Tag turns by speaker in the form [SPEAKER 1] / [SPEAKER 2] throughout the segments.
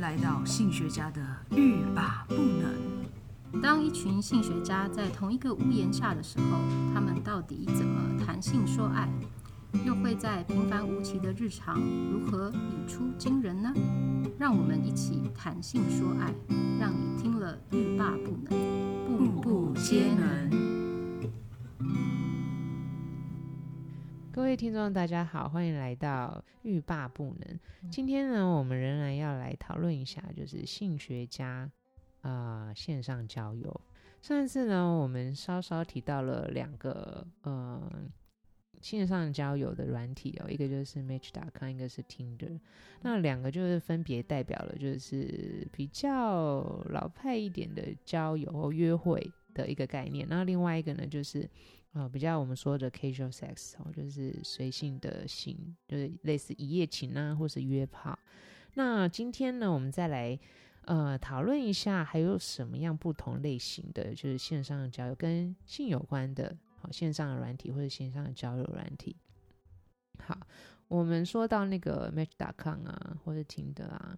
[SPEAKER 1] 来到性学家的欲罢不能。
[SPEAKER 2] 当一群性学家在同一个屋檐下的时候，他们到底怎么谈性说爱？又会在平凡无奇的日常如何语出惊人呢？让我们一起谈性说爱，让你听了欲罢不能，步步皆能。
[SPEAKER 3] 各位听众，大家好，欢迎来到欲罢不能。今天呢，我们仍然要来讨论一下，就是性学家啊、呃线上交友。上一次呢，我们稍稍提到了两个呃线上交友的软体哦，一个就是 Match.com，一个是 Tinder。那两个就是分别代表了就是比较老派一点的交友或约会的一个概念，那另外一个呢就是啊，比较我们说的 casual sex 哦，就是随性的性，就是类似一夜情啊，或是约炮。那今天呢，我们再来呃讨论一下，还有什么样不同类型的就是线上交友跟性有关的，好、线上的软体或者线上的交友软体。好，我们说到那个 Match.com 啊，或者 Tinder 啊，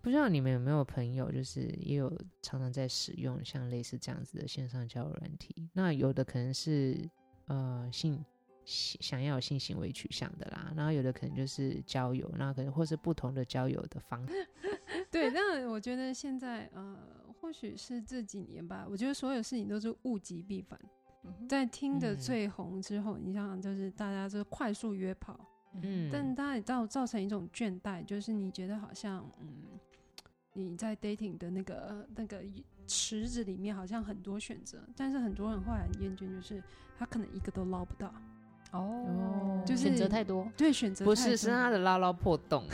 [SPEAKER 3] 不知道你们有没有朋友，就是也有常常在使用像类似这样子的线上交友软体。那有的可能是呃性性想要有性行为取向的啦，然后有的可能就是交友，那可能或是不同的交友的方式。
[SPEAKER 4] 对，但我觉得现在呃，或许是这几年吧，我觉得所有事情都是物极必反。在听的
[SPEAKER 3] 嗯
[SPEAKER 4] 最红之后，你想想，就是大家就是快速约炮，
[SPEAKER 3] 嗯，
[SPEAKER 4] 但大家也造造成一种倦怠，就是你觉得好像嗯，你在 dating 的那个那个池子里面好像很多选择，但是很多人后来很厌倦，就是他可能一个都捞不到，
[SPEAKER 3] 哦
[SPEAKER 4] 就是
[SPEAKER 5] 选择太 多，
[SPEAKER 4] 对选择
[SPEAKER 3] 不
[SPEAKER 4] 太
[SPEAKER 3] 是是啊
[SPEAKER 4] 多
[SPEAKER 3] 他的捞捞破洞，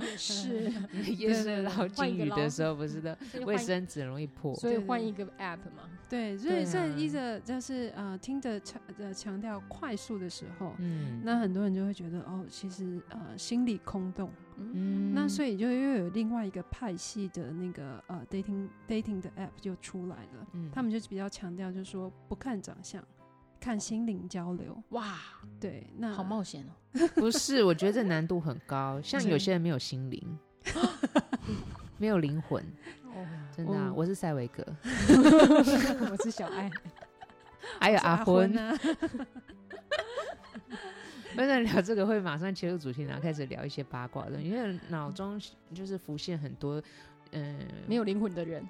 [SPEAKER 4] 也是
[SPEAKER 3] 也是捞
[SPEAKER 5] 换
[SPEAKER 3] 金
[SPEAKER 5] 一个
[SPEAKER 3] 鱼
[SPEAKER 5] 捞
[SPEAKER 3] 的时候不是的，
[SPEAKER 5] 所以换
[SPEAKER 3] 卫生纸容易破。
[SPEAKER 5] 所以
[SPEAKER 4] 对对
[SPEAKER 5] 换
[SPEAKER 4] 对
[SPEAKER 5] 一个 app 嘛，
[SPEAKER 4] 对，所
[SPEAKER 3] 对
[SPEAKER 4] 以
[SPEAKER 3] 啊
[SPEAKER 4] 在一直就是呃听着强呃强调快速的时候，
[SPEAKER 3] 嗯
[SPEAKER 4] 那很多人就会觉得哦，其实呃心里空洞，
[SPEAKER 3] 嗯
[SPEAKER 4] 那所以就又有另外一个派系的那个呃 dating dating 的 app 就出来了，
[SPEAKER 3] 嗯
[SPEAKER 4] 他们就比较强调就是说不看长相，看心灵交流。
[SPEAKER 5] 哇，
[SPEAKER 4] 对，那
[SPEAKER 5] 好冒险哦！
[SPEAKER 3] 不是，我觉得这难度很高。像有些人没有心灵，没有灵魂，真的啊、
[SPEAKER 4] 我
[SPEAKER 3] 我是塞维格，
[SPEAKER 5] 我是小爱，
[SPEAKER 3] 还有阿
[SPEAKER 4] 婚啊
[SPEAKER 3] 昏。
[SPEAKER 4] 呢？
[SPEAKER 3] 不是聊这个会马上切入主题，然后开始聊一些八卦的，因为脑中就是浮现很多，嗯、
[SPEAKER 5] 没有灵魂的人，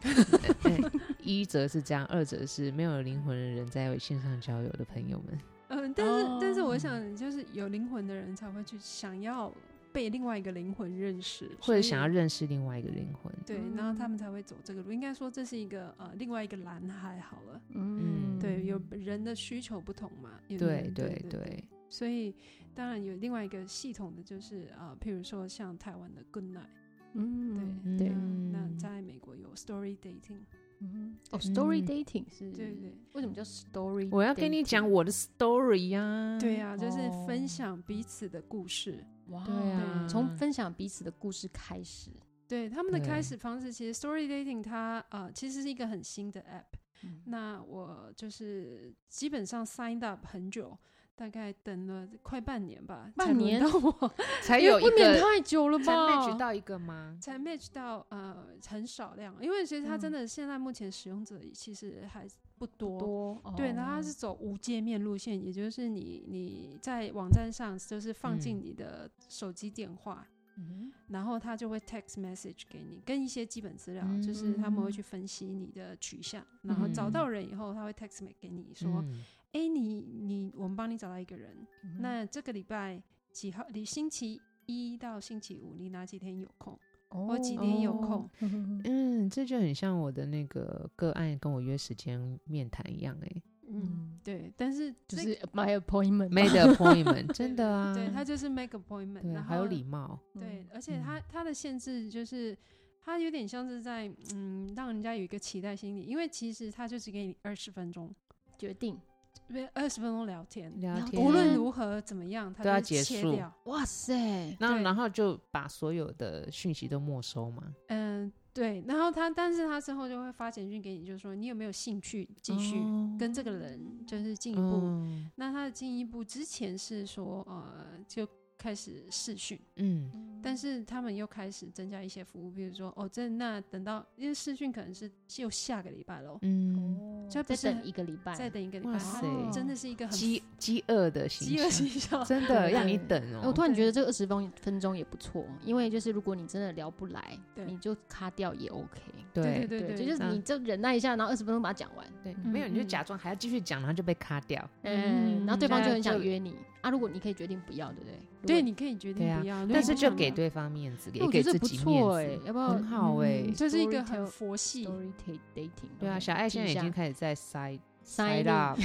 [SPEAKER 3] 呃一则是这样，二则是没有灵魂的人在线上交友的朋友们。
[SPEAKER 4] 嗯，但是、但是
[SPEAKER 5] 哦
[SPEAKER 4] 我想就是有灵魂的人才会去想要被另外一个灵魂认识，
[SPEAKER 3] 或者
[SPEAKER 4] 所以
[SPEAKER 3] 想要认嗯识另外一个灵魂，
[SPEAKER 4] 对，然后他们才会走这个路。应该说这是一个呃另外一个蓝海好了。
[SPEAKER 3] 嗯
[SPEAKER 4] 对，有人的需求不同嘛。有的
[SPEAKER 3] 对
[SPEAKER 4] 人
[SPEAKER 3] 对
[SPEAKER 4] 对
[SPEAKER 3] 对，
[SPEAKER 4] 所以当然有另外一个系统的，就是呃，譬如说像台湾的 Good Night，
[SPEAKER 5] 嗯
[SPEAKER 4] 对
[SPEAKER 5] 对
[SPEAKER 3] 嗯
[SPEAKER 4] 那在美国有 Story Dating，
[SPEAKER 5] 嗯哦，story
[SPEAKER 3] 嗯
[SPEAKER 5] dating 是，
[SPEAKER 4] 对对，
[SPEAKER 5] 为什么叫 story？
[SPEAKER 3] 我要跟你讲
[SPEAKER 5] dating？
[SPEAKER 3] 我的 story 呀、啊，
[SPEAKER 4] 对啊，就是分
[SPEAKER 5] 哦
[SPEAKER 4] 享彼此的故事。
[SPEAKER 5] 哇，
[SPEAKER 3] 对啊，
[SPEAKER 5] 嗯从分享彼此的故事开始，
[SPEAKER 4] 对他们的开
[SPEAKER 3] 对
[SPEAKER 4] 始方式，其实 Story Dating 它呃其实是一个很新的 app。
[SPEAKER 5] 嗯
[SPEAKER 4] 那我就是基本上 signed up 很久，大概等了快半年吧，才
[SPEAKER 5] 半
[SPEAKER 4] 轮
[SPEAKER 5] 年
[SPEAKER 4] 到我
[SPEAKER 3] 才
[SPEAKER 5] 也
[SPEAKER 3] 有一
[SPEAKER 5] 不免
[SPEAKER 3] 个
[SPEAKER 5] 太久了
[SPEAKER 3] 才 match
[SPEAKER 5] 吧？
[SPEAKER 3] 到一个吗？
[SPEAKER 4] 才 match 到呃很少量，因为其实它
[SPEAKER 3] 嗯
[SPEAKER 4] 真的现在目前使用者其实还不多。
[SPEAKER 5] 多
[SPEAKER 4] 对，
[SPEAKER 5] 哦
[SPEAKER 4] 那它是走无界面路线，也就是你你在网站上就是放进
[SPEAKER 3] 嗯
[SPEAKER 4] 你的手机电话，
[SPEAKER 5] 嗯
[SPEAKER 4] 然后它就会 text message 给你，跟一些基本资料，就是他们会去分析你的取向，然后找
[SPEAKER 3] 嗯
[SPEAKER 4] 到人以后，他会 text me 给你说，
[SPEAKER 3] 嗯
[SPEAKER 4] 哎、你你我们帮你找到一个人，那这个礼拜几号？你星期一到星期五你哪几天有空？
[SPEAKER 3] 哦
[SPEAKER 4] 我几点有空？
[SPEAKER 5] 哦嗯嗯嗯
[SPEAKER 3] 嗯，这就很像我的那个个案跟我约时间面谈一样、 欸，
[SPEAKER 4] 嗯，对，但是
[SPEAKER 5] 就
[SPEAKER 4] 这
[SPEAKER 5] 是 my appointment
[SPEAKER 3] 哎
[SPEAKER 5] 嘛
[SPEAKER 3] ，made appointment，真的啊，
[SPEAKER 4] 对他就是 make appointment，
[SPEAKER 3] 对
[SPEAKER 4] 然后
[SPEAKER 3] 还有礼貌，
[SPEAKER 4] 对，而且
[SPEAKER 3] 嗯
[SPEAKER 4] 它它的限制就是，它有点像是在嗯，让人家有一个期待心理，因为其实它就只给你二十分钟，
[SPEAKER 5] 决定，
[SPEAKER 4] 不是二十分钟聊天，
[SPEAKER 3] 聊天，
[SPEAKER 4] 无论如何怎么样，它
[SPEAKER 3] 都要
[SPEAKER 4] 就
[SPEAKER 3] 结
[SPEAKER 4] 是切
[SPEAKER 3] 束
[SPEAKER 4] 掉。
[SPEAKER 5] 哇塞，
[SPEAKER 3] 那
[SPEAKER 4] 对
[SPEAKER 3] 然后就把所有的讯息都没收嘛，
[SPEAKER 4] 嗯，对，然后他，但是他之后就会发简讯给你，就是说你有没有兴趣继续
[SPEAKER 3] 哦
[SPEAKER 4] 跟这个人就是进一步。
[SPEAKER 3] 嗯
[SPEAKER 4] 那他的进一步之前是说，呃，就开始试训，
[SPEAKER 3] 嗯
[SPEAKER 4] 但是他们又开始增加一些服务，比如说哦，这那等到因为试训可能是就下个礼拜喽，
[SPEAKER 3] 嗯，
[SPEAKER 5] 哦
[SPEAKER 4] 这不
[SPEAKER 5] 再
[SPEAKER 4] 是
[SPEAKER 5] 等一个礼拜，
[SPEAKER 4] 再等一个礼
[SPEAKER 3] 哇
[SPEAKER 4] 拜，它
[SPEAKER 3] 塞
[SPEAKER 4] 真的是一个很
[SPEAKER 3] 饥饥饿的形
[SPEAKER 4] 饥饿
[SPEAKER 3] 象
[SPEAKER 4] 营销，
[SPEAKER 3] 真的
[SPEAKER 5] 对
[SPEAKER 3] 让你等
[SPEAKER 5] 我
[SPEAKER 3] 哦
[SPEAKER 5] 突。然觉得这个二十分分钟也不错，因为就是如果你真的聊不来，
[SPEAKER 4] 对
[SPEAKER 5] 你就卡掉也 OK。
[SPEAKER 4] 对
[SPEAKER 3] 对
[SPEAKER 4] 对
[SPEAKER 5] 对，
[SPEAKER 4] 对，
[SPEAKER 5] 就是
[SPEAKER 3] 嗯
[SPEAKER 5] 你就忍耐一下，然后二十分钟把它讲完，
[SPEAKER 3] 对，
[SPEAKER 5] 嗯
[SPEAKER 3] 没有你就假装还要继续讲，然后就被卡掉。
[SPEAKER 5] 嗯，然后对方就很
[SPEAKER 3] 那
[SPEAKER 5] 想
[SPEAKER 3] 就
[SPEAKER 5] 约你啊。如果你可以决定不要，对不对？如
[SPEAKER 4] 对，
[SPEAKER 5] 果，
[SPEAKER 4] 你可以决
[SPEAKER 3] 对啊
[SPEAKER 4] 定不要，
[SPEAKER 3] 但是就给
[SPEAKER 4] 对，
[SPEAKER 3] 对方面子，
[SPEAKER 5] 那
[SPEAKER 3] 也
[SPEAKER 5] 我
[SPEAKER 3] 给
[SPEAKER 5] 觉得这
[SPEAKER 3] 自
[SPEAKER 5] 不
[SPEAKER 3] 己面
[SPEAKER 5] 错哎
[SPEAKER 3] 子，，
[SPEAKER 5] 要不要
[SPEAKER 3] 很好哎。
[SPEAKER 5] 欸
[SPEAKER 4] 这是一个很
[SPEAKER 5] storytell-
[SPEAKER 4] 佛系，
[SPEAKER 5] story t dating？
[SPEAKER 3] 对啊，小爱现在已经开始在塞塞
[SPEAKER 5] Sign
[SPEAKER 3] up，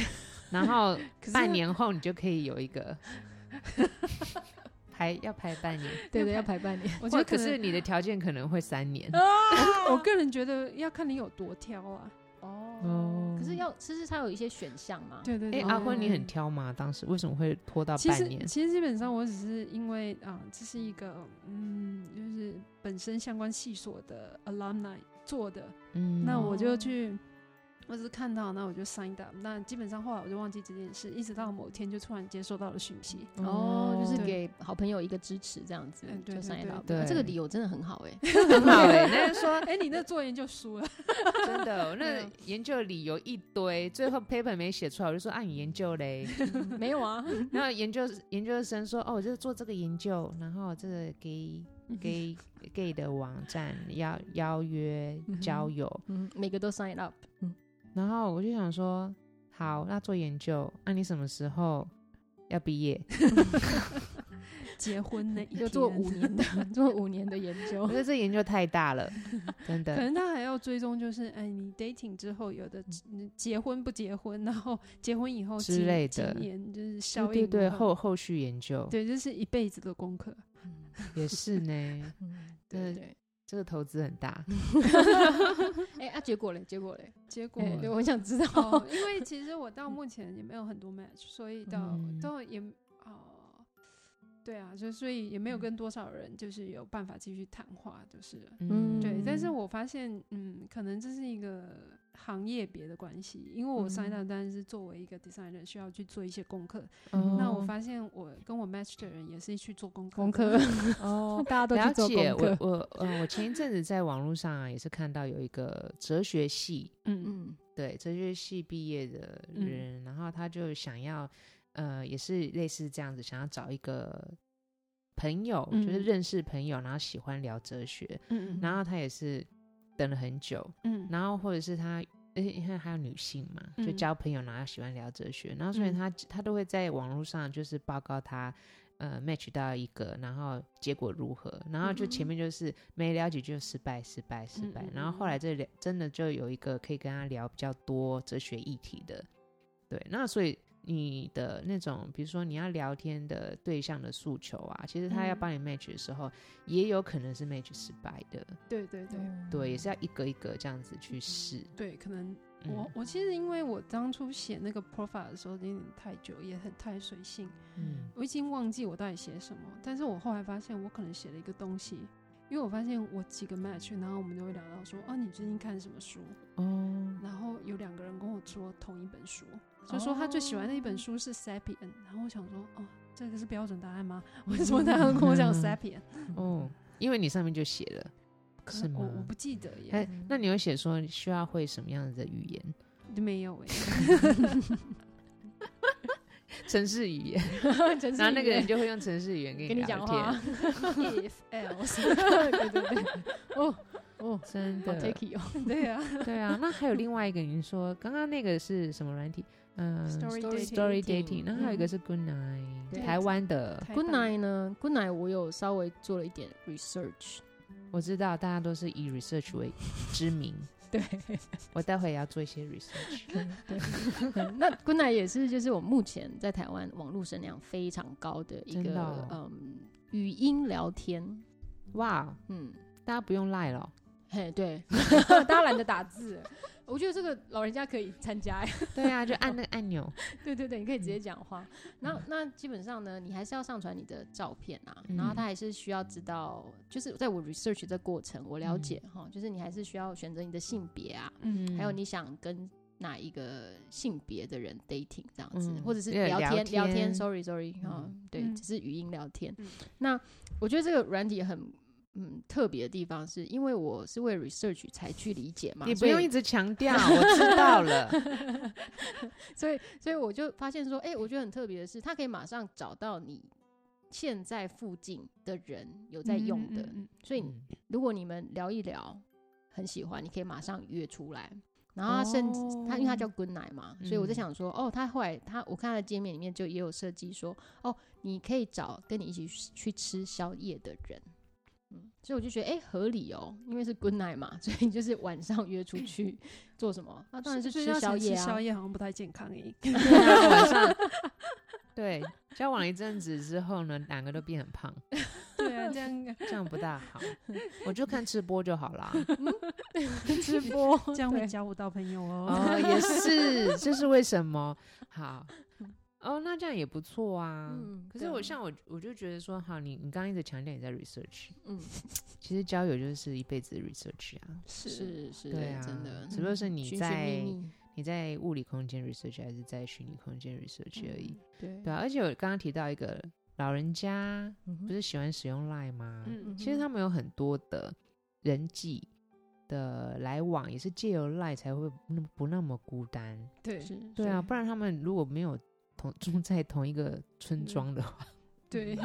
[SPEAKER 3] 然后
[SPEAKER 4] 可是
[SPEAKER 3] 半年后你就可以有一个排要排半年，
[SPEAKER 5] 对对，
[SPEAKER 4] 要
[SPEAKER 5] 要排半 年。
[SPEAKER 4] 我觉
[SPEAKER 3] 或
[SPEAKER 4] 得
[SPEAKER 3] 可
[SPEAKER 4] 可
[SPEAKER 3] 是
[SPEAKER 4] 能
[SPEAKER 3] 你的条件可能会三年。
[SPEAKER 4] 我个人觉得要看你有多挑啊，
[SPEAKER 3] 哦
[SPEAKER 5] 可是要，其实它有一些选项嘛。
[SPEAKER 4] 对对
[SPEAKER 3] 哎，
[SPEAKER 4] 对，
[SPEAKER 3] 阿
[SPEAKER 5] 哦
[SPEAKER 3] 坤你很挑吗？当时为什么会拖到
[SPEAKER 4] 其
[SPEAKER 3] 半
[SPEAKER 4] 实
[SPEAKER 3] 年？
[SPEAKER 4] 其实基本上我只是因为啊、这是一个嗯，就是本身相关系所的 alumni 做的，
[SPEAKER 3] 嗯
[SPEAKER 4] 那我就
[SPEAKER 5] 哦
[SPEAKER 4] 去，我只是看到，那我就 signed up。那基本上后来我就忘记这件事，一直到某天就突然接收到了讯息，
[SPEAKER 5] 哦，就是
[SPEAKER 4] 对
[SPEAKER 5] 给好朋友一个支持，这样子
[SPEAKER 4] 嗯对
[SPEAKER 5] 就
[SPEAKER 4] 对
[SPEAKER 5] sign
[SPEAKER 4] 对
[SPEAKER 5] up
[SPEAKER 3] 对
[SPEAKER 5] 啊这个理由真的很好哎，
[SPEAKER 3] 很好哎，那就说
[SPEAKER 4] 哎、你那做研究输了，
[SPEAKER 3] 真的，我
[SPEAKER 4] 没
[SPEAKER 3] 那
[SPEAKER 4] 有
[SPEAKER 3] 研究理由一堆，最后 paper 没写出来，我就说啊，你研究嘞。
[SPEAKER 5] 没有啊，
[SPEAKER 3] 然后研究研究生说，哦，我就是做这个研究，然后这个 gay
[SPEAKER 4] 嗯
[SPEAKER 3] gay gay 的网站邀邀约交友，
[SPEAKER 5] 嗯，每个都 sign up，嗯，
[SPEAKER 3] 然后我就想说，好，那做研究，那、你什么时候要毕 业？
[SPEAKER 4] 结婚 那一
[SPEAKER 5] 就做
[SPEAKER 4] 天
[SPEAKER 5] 五年的， 做五年的研究
[SPEAKER 3] 我觉，得这研究太大 了，真
[SPEAKER 4] 可
[SPEAKER 3] 的。
[SPEAKER 4] 能他还要追踪，就是哎，你 dating 之后有的嗯结婚不结婚，然后结婚以后
[SPEAKER 3] 之
[SPEAKER 4] 几
[SPEAKER 3] 类
[SPEAKER 4] 几
[SPEAKER 3] 的
[SPEAKER 4] 年就是
[SPEAKER 3] 对
[SPEAKER 4] 效应
[SPEAKER 3] 对对，
[SPEAKER 4] 如何
[SPEAKER 3] 后后续研究
[SPEAKER 4] 对，这是一辈子的功课。
[SPEAKER 3] 也是 呢，
[SPEAKER 5] 嗯 对
[SPEAKER 3] 对
[SPEAKER 5] 对。
[SPEAKER 3] 这个投资很大。
[SPEAKER 4] 嗯
[SPEAKER 5] 哎啊，结果嘞，结果嘞，
[SPEAKER 4] 结果、
[SPEAKER 5] 哎对，我很想知 道
[SPEAKER 4] 嗯哦，，因为其实我到目前也没有很多 match，所以到、
[SPEAKER 3] 嗯
[SPEAKER 4] 到也哦，对啊，就所以也没有跟多少人就是有办法继续谈话，就是了
[SPEAKER 3] 嗯，
[SPEAKER 4] 对。但是
[SPEAKER 5] 嗯
[SPEAKER 4] 我发现，嗯，可能这是一个行业别的关系，因为我 sign up 当然是作为一个 designer 需要去做一些功课。那我
[SPEAKER 3] 哦
[SPEAKER 4] 发现我跟我 match 的人也是去做功课的，
[SPEAKER 5] 功 课哦，大家都
[SPEAKER 3] 了
[SPEAKER 5] 去做
[SPEAKER 3] 解，
[SPEAKER 5] 功
[SPEAKER 3] 我
[SPEAKER 5] 课，
[SPEAKER 3] 我呃，我前一阵子在网络上啊，也是看到有一个哲学系，
[SPEAKER 4] 嗯，
[SPEAKER 5] 嗯，
[SPEAKER 3] 对哲学系毕业的
[SPEAKER 4] 嗯
[SPEAKER 3] 人，然后他就想要，呃，也是类似这样子，想要找一个朋友，就是
[SPEAKER 4] 嗯
[SPEAKER 3] 认识朋友，然后喜欢聊哲学，
[SPEAKER 4] 嗯嗯嗯
[SPEAKER 3] 然后他也是等了很久，
[SPEAKER 4] 嗯
[SPEAKER 3] 然后或者是他。而且因为还有女性嘛，就
[SPEAKER 4] 嗯
[SPEAKER 3] 交朋友，然后喜欢聊哲学，然后所以
[SPEAKER 4] 嗯
[SPEAKER 3] 他他都会在网络上就是报告他呃 match 到一个，然后结果如何，然后就前
[SPEAKER 4] 嗯
[SPEAKER 3] 面就是没聊几句就失败，失败，失
[SPEAKER 4] 嗯
[SPEAKER 3] 败，
[SPEAKER 4] 嗯
[SPEAKER 3] 然后后
[SPEAKER 4] 嗯
[SPEAKER 3] 来这里真的就有一个可以跟他聊比较多哲学议题的，对，那所以你的那种比如说你要聊天的对象的诉求啊，其实他要
[SPEAKER 4] 嗯
[SPEAKER 3] 帮你 match 的时候，也有可能是 match 失败的，
[SPEAKER 4] 对对对。
[SPEAKER 3] 对，也是要一个一个这样子去试。
[SPEAKER 4] 对，可能
[SPEAKER 3] 嗯
[SPEAKER 4] 我、我其实因为我当初写那个 profile 的时候有点太久，也很太随性，
[SPEAKER 3] 嗯
[SPEAKER 4] 我已经忘记我到底写什么，但是我后来发现我可能写了一个东西，因为我发现我几个 match，然后我们都会聊到说，哦，你最近看什么书？
[SPEAKER 3] 哦，
[SPEAKER 4] 然后有两个人跟我说同一本书，就说他最喜欢的一本书是《Sapien》，然后我想说，哦，这个是标准答案吗？ 为什么大家都跟我讲《Sapien》？
[SPEAKER 3] 哦，因为你上面就写了，
[SPEAKER 4] 可
[SPEAKER 3] 是
[SPEAKER 4] 能
[SPEAKER 3] 吗
[SPEAKER 4] 我？我不记得耶，
[SPEAKER 3] 哎，那你有写说你需要会什么样子的语言？
[SPEAKER 4] 没有哎，
[SPEAKER 3] 城市语言，
[SPEAKER 5] 真是
[SPEAKER 3] 然后那个
[SPEAKER 5] 耶
[SPEAKER 3] 人就会用城市语言跟
[SPEAKER 5] 跟你
[SPEAKER 3] 聊
[SPEAKER 5] 讲
[SPEAKER 3] 天
[SPEAKER 5] 话，
[SPEAKER 4] if else，
[SPEAKER 5] 对对对，哦哦，
[SPEAKER 3] 真
[SPEAKER 5] 好
[SPEAKER 3] 的，
[SPEAKER 5] tricky 哦，
[SPEAKER 4] 对 啊
[SPEAKER 3] 对啊。那还有另外一个，你说刚刚那个是什么软体？嗯
[SPEAKER 4] Story
[SPEAKER 3] ，Story Dating，
[SPEAKER 5] dating，
[SPEAKER 3] 那还有一个
[SPEAKER 4] 嗯
[SPEAKER 3] 是 Good Night，
[SPEAKER 5] 对
[SPEAKER 3] 台湾的，
[SPEAKER 4] 台
[SPEAKER 5] Good
[SPEAKER 4] 版
[SPEAKER 5] night 呢？Good night，我有稍微做了一点 research，
[SPEAKER 3] 我知道大家都是以 research 为知名，
[SPEAKER 5] 对
[SPEAKER 3] 我待会也要做一些 research。
[SPEAKER 5] 嗯对， 嗯那 Good night 也是就是我目前在台湾网络声量非常高的一
[SPEAKER 3] 真
[SPEAKER 5] 个
[SPEAKER 3] 的哦
[SPEAKER 5] 嗯语音聊天，
[SPEAKER 3] 哇，哦
[SPEAKER 5] 嗯，
[SPEAKER 3] 大家不用赖 了，
[SPEAKER 5] 嘿，对，大家懒得打字，我觉得这个老人家可以参加哎，
[SPEAKER 3] 对啊，就按那个按钮，
[SPEAKER 5] 对对对，你可以
[SPEAKER 3] 嗯
[SPEAKER 5] 直接讲话。那那基本上呢，你还是要上传你的照片啊，然后
[SPEAKER 3] 嗯
[SPEAKER 5] 他还是需要知道，就是在我 research
[SPEAKER 3] 嗯
[SPEAKER 5] 这过程，我了解哈、就是你还是需要选择你的性别啊，
[SPEAKER 4] 嗯
[SPEAKER 5] 还有你想跟哪一个性别的人 dating 这样子，
[SPEAKER 3] 嗯
[SPEAKER 5] 或者是
[SPEAKER 3] 对
[SPEAKER 5] 聊
[SPEAKER 3] 聊
[SPEAKER 5] 天聊
[SPEAKER 3] 天
[SPEAKER 5] s o r r y sorry
[SPEAKER 3] 嗯
[SPEAKER 5] 啊、对，
[SPEAKER 4] 嗯
[SPEAKER 5] 只是语音聊天。
[SPEAKER 4] 嗯
[SPEAKER 5] 那我觉得这个软体很嗯特别的地方，是因为我是为 research 才去理解嘛，
[SPEAKER 3] 你不
[SPEAKER 5] 所以
[SPEAKER 3] 用一直强 调，我知道了。
[SPEAKER 5] 所以，所以我就发现说，哎、我觉得很特别的是，它可以马上找到你现在附近的人有在用的。
[SPEAKER 4] 嗯嗯嗯
[SPEAKER 5] 所以，
[SPEAKER 3] 嗯
[SPEAKER 5] 如果你们聊一聊，很喜欢，你可以马上约出来。然后它甚至它，因为它叫 Good Night 嘛，所以我在
[SPEAKER 3] 哦嗯
[SPEAKER 5] 想说，哦，它后来它我看它的界面里面就也有设计说，哦，你可以找跟你一起去去吃宵夜的人。嗯，所以我就觉得，哎、合理哦，因为是 good night 嘛， 所以就是晚上约出 去做什么？那、当然是
[SPEAKER 4] 所以
[SPEAKER 5] 吃
[SPEAKER 4] 要
[SPEAKER 5] 宵
[SPEAKER 4] 想
[SPEAKER 5] 夜
[SPEAKER 4] 吃
[SPEAKER 5] 啊。
[SPEAKER 4] 宵夜好像不太健康诶。
[SPEAKER 3] 对啊，晚上对交往了一阵子之后呢，两个都变很胖，
[SPEAKER 4] 对啊，这样
[SPEAKER 3] 这样不大 好。我就看吃播就好啦。
[SPEAKER 5] 直播
[SPEAKER 4] 这样会
[SPEAKER 5] 对
[SPEAKER 4] 交不到朋友哦。
[SPEAKER 3] 哦，也 是，这是为什么？好，哦，那这样也不错啊。
[SPEAKER 5] 嗯
[SPEAKER 3] 可是
[SPEAKER 5] 对
[SPEAKER 3] 我
[SPEAKER 5] 啊
[SPEAKER 3] 像我，我就觉得说，好，你你刚刚一直强调你在 research，
[SPEAKER 5] 嗯，
[SPEAKER 3] 其实交友就是一辈子的 research 啊。
[SPEAKER 5] 是是，
[SPEAKER 3] 对啊，
[SPEAKER 5] 真的，
[SPEAKER 3] 只不过是
[SPEAKER 5] 寻
[SPEAKER 3] 你
[SPEAKER 5] 寻
[SPEAKER 3] 在
[SPEAKER 5] 觅觅
[SPEAKER 3] 你在物理空间 research 还是在虚拟空间 research 而已。
[SPEAKER 5] 嗯对
[SPEAKER 3] 对啊，而且我刚刚提到一个老人家
[SPEAKER 5] 嗯哼
[SPEAKER 3] 不是喜欢使用 Line 吗？
[SPEAKER 4] 嗯
[SPEAKER 3] 其实
[SPEAKER 5] 嗯
[SPEAKER 3] 他们有很多的人际的来往，也是借由 Line 才会不那么不那么孤单。
[SPEAKER 4] 对
[SPEAKER 5] 是，
[SPEAKER 3] 对啊，
[SPEAKER 5] 是
[SPEAKER 3] 不然他们如果没有同住在同一个村庄的话，
[SPEAKER 4] 对，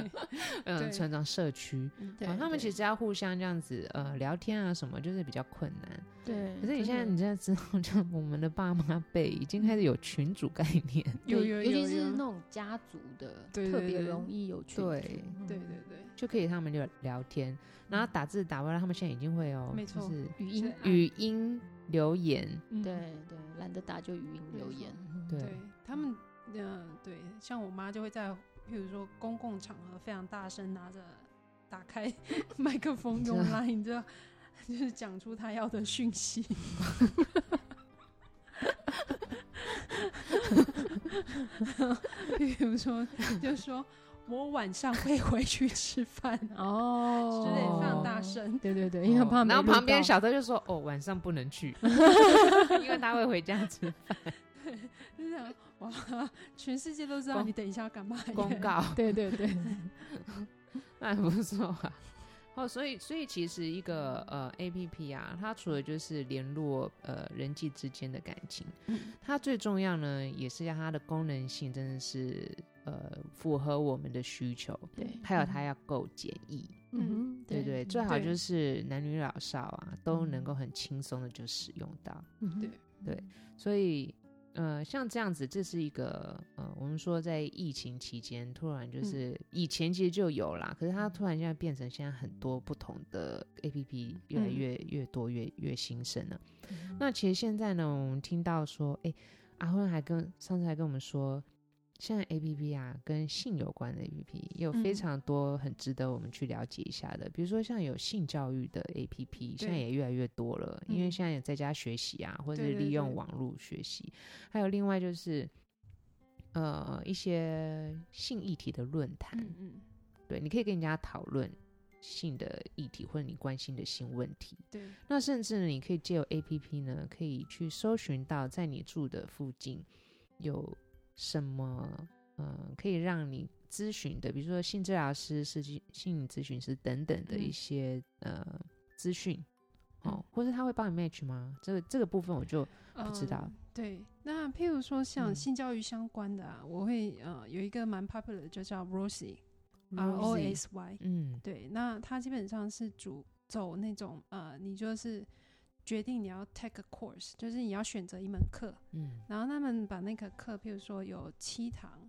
[SPEAKER 3] 嗯，
[SPEAKER 4] 对
[SPEAKER 3] 村庄社区，
[SPEAKER 5] 对
[SPEAKER 3] 啊，他们其
[SPEAKER 5] 对
[SPEAKER 3] 实要互相这样子呃聊天啊什么，就是比较困难。
[SPEAKER 5] 对，
[SPEAKER 3] 可是你现在
[SPEAKER 5] 真
[SPEAKER 3] 你
[SPEAKER 5] 的
[SPEAKER 3] 现在知道，就我们的爸妈辈已经开始有群主概念，
[SPEAKER 4] 有
[SPEAKER 5] 对
[SPEAKER 4] 有
[SPEAKER 5] 尤
[SPEAKER 4] 有
[SPEAKER 5] 其是
[SPEAKER 4] 有
[SPEAKER 5] 那种家族的，
[SPEAKER 4] 对
[SPEAKER 5] 特
[SPEAKER 4] 对
[SPEAKER 5] 别
[SPEAKER 4] 对
[SPEAKER 5] 容易有群组
[SPEAKER 3] 对
[SPEAKER 5] 嗯
[SPEAKER 4] 对对对，
[SPEAKER 3] 就可以他们就聊天，然后打字打完了，他们现在已经会哦，
[SPEAKER 4] 没
[SPEAKER 3] 就
[SPEAKER 4] 错
[SPEAKER 3] 是
[SPEAKER 5] 语音
[SPEAKER 4] 是
[SPEAKER 5] 啊，
[SPEAKER 3] 语音留言，
[SPEAKER 4] 嗯
[SPEAKER 5] 对对，懒得打就语音留
[SPEAKER 4] 没错
[SPEAKER 5] 言，
[SPEAKER 3] 对，
[SPEAKER 4] 对他们，嗯、对，像我妈就会在，譬如说公共场合非常大声拿着打开 麦克 风用
[SPEAKER 3] 这
[SPEAKER 4] Line，这就是讲出她要的讯息。 比如说，就说我晚上会回去吃饭 啊，
[SPEAKER 5] 哦
[SPEAKER 4] 之类，非常
[SPEAKER 3] 哦
[SPEAKER 4] 大声。
[SPEAKER 5] 对对对，因为怕
[SPEAKER 3] 哦
[SPEAKER 5] 没
[SPEAKER 3] 然后
[SPEAKER 5] 录
[SPEAKER 3] 旁边
[SPEAKER 5] 到
[SPEAKER 3] 小偷就说：“哦，晚上不能 去，因为他会回家吃
[SPEAKER 4] 就是想哇，全世界都知道
[SPEAKER 3] 公
[SPEAKER 4] 你等一下要干嘛耶。
[SPEAKER 3] 公告。
[SPEAKER 5] 对对对，”
[SPEAKER 3] 那很不错啊。哦，所以所以其实一个呃 A P P 啊，它除了就是联络呃人际之间的感情，
[SPEAKER 5] 嗯
[SPEAKER 3] 它最重要呢也是要它的功能性真的是呃符合我们的需求，
[SPEAKER 5] 对
[SPEAKER 3] 还有它要够简易。
[SPEAKER 5] 嗯哼，
[SPEAKER 3] 对对，最好
[SPEAKER 4] 对
[SPEAKER 3] 就是男女老少啊都能
[SPEAKER 5] 嗯
[SPEAKER 3] 够很轻松的就使用到。
[SPEAKER 5] 嗯哼
[SPEAKER 4] 对
[SPEAKER 3] 对所以，呃，像这样子，这是一个呃，我们说在疫情期间突然就是、以前其实就有啦，可是它突然现在变成现在很多不同的 A P P 越来
[SPEAKER 4] 嗯
[SPEAKER 3] 越、越多越越兴盛了。那其实现在呢，我们听到说，哎，阿坤还跟上次还跟我们说。现在 A P P 啊，跟性有关的 A P P 也有非
[SPEAKER 4] 嗯
[SPEAKER 3] 常多很值得我们去了解一下的，比如说像有性教育的 A P P，现在
[SPEAKER 4] 对
[SPEAKER 3] 也越来越多了，因为
[SPEAKER 4] 嗯
[SPEAKER 3] 现在也在家学习啊，或者
[SPEAKER 4] 对
[SPEAKER 3] 是
[SPEAKER 4] 对
[SPEAKER 3] 利用
[SPEAKER 4] 对
[SPEAKER 3] 网络学习，还有另外就是呃一些性议题的论坛，
[SPEAKER 4] 嗯嗯，
[SPEAKER 3] 对，你可以跟人家讨论性的议题或者你关心的性问题。
[SPEAKER 4] 对，
[SPEAKER 3] 那甚至呢，你可以借由 A P P 呢，可以去搜寻到在你住的附近有什么呃可以让你咨询的，比如说性治疗师、是性咨询师等等的一
[SPEAKER 4] 嗯
[SPEAKER 3] 些、呃资讯。哦
[SPEAKER 4] 嗯，
[SPEAKER 3] 或者他会帮你 match 吗？这个这个部分我就不知道
[SPEAKER 4] 嗯对，那譬如说像
[SPEAKER 3] 嗯
[SPEAKER 4] 性教育相关的啊，我会呃有一个蛮 popular 的，就叫 Rosie，R O S Y。
[SPEAKER 3] 嗯，
[SPEAKER 4] 对，那它基本上是主走那种呃，你就是决定你要 take a course，就是你要选择一门课，
[SPEAKER 3] 嗯
[SPEAKER 4] 然后他们把那个课，譬如说有七堂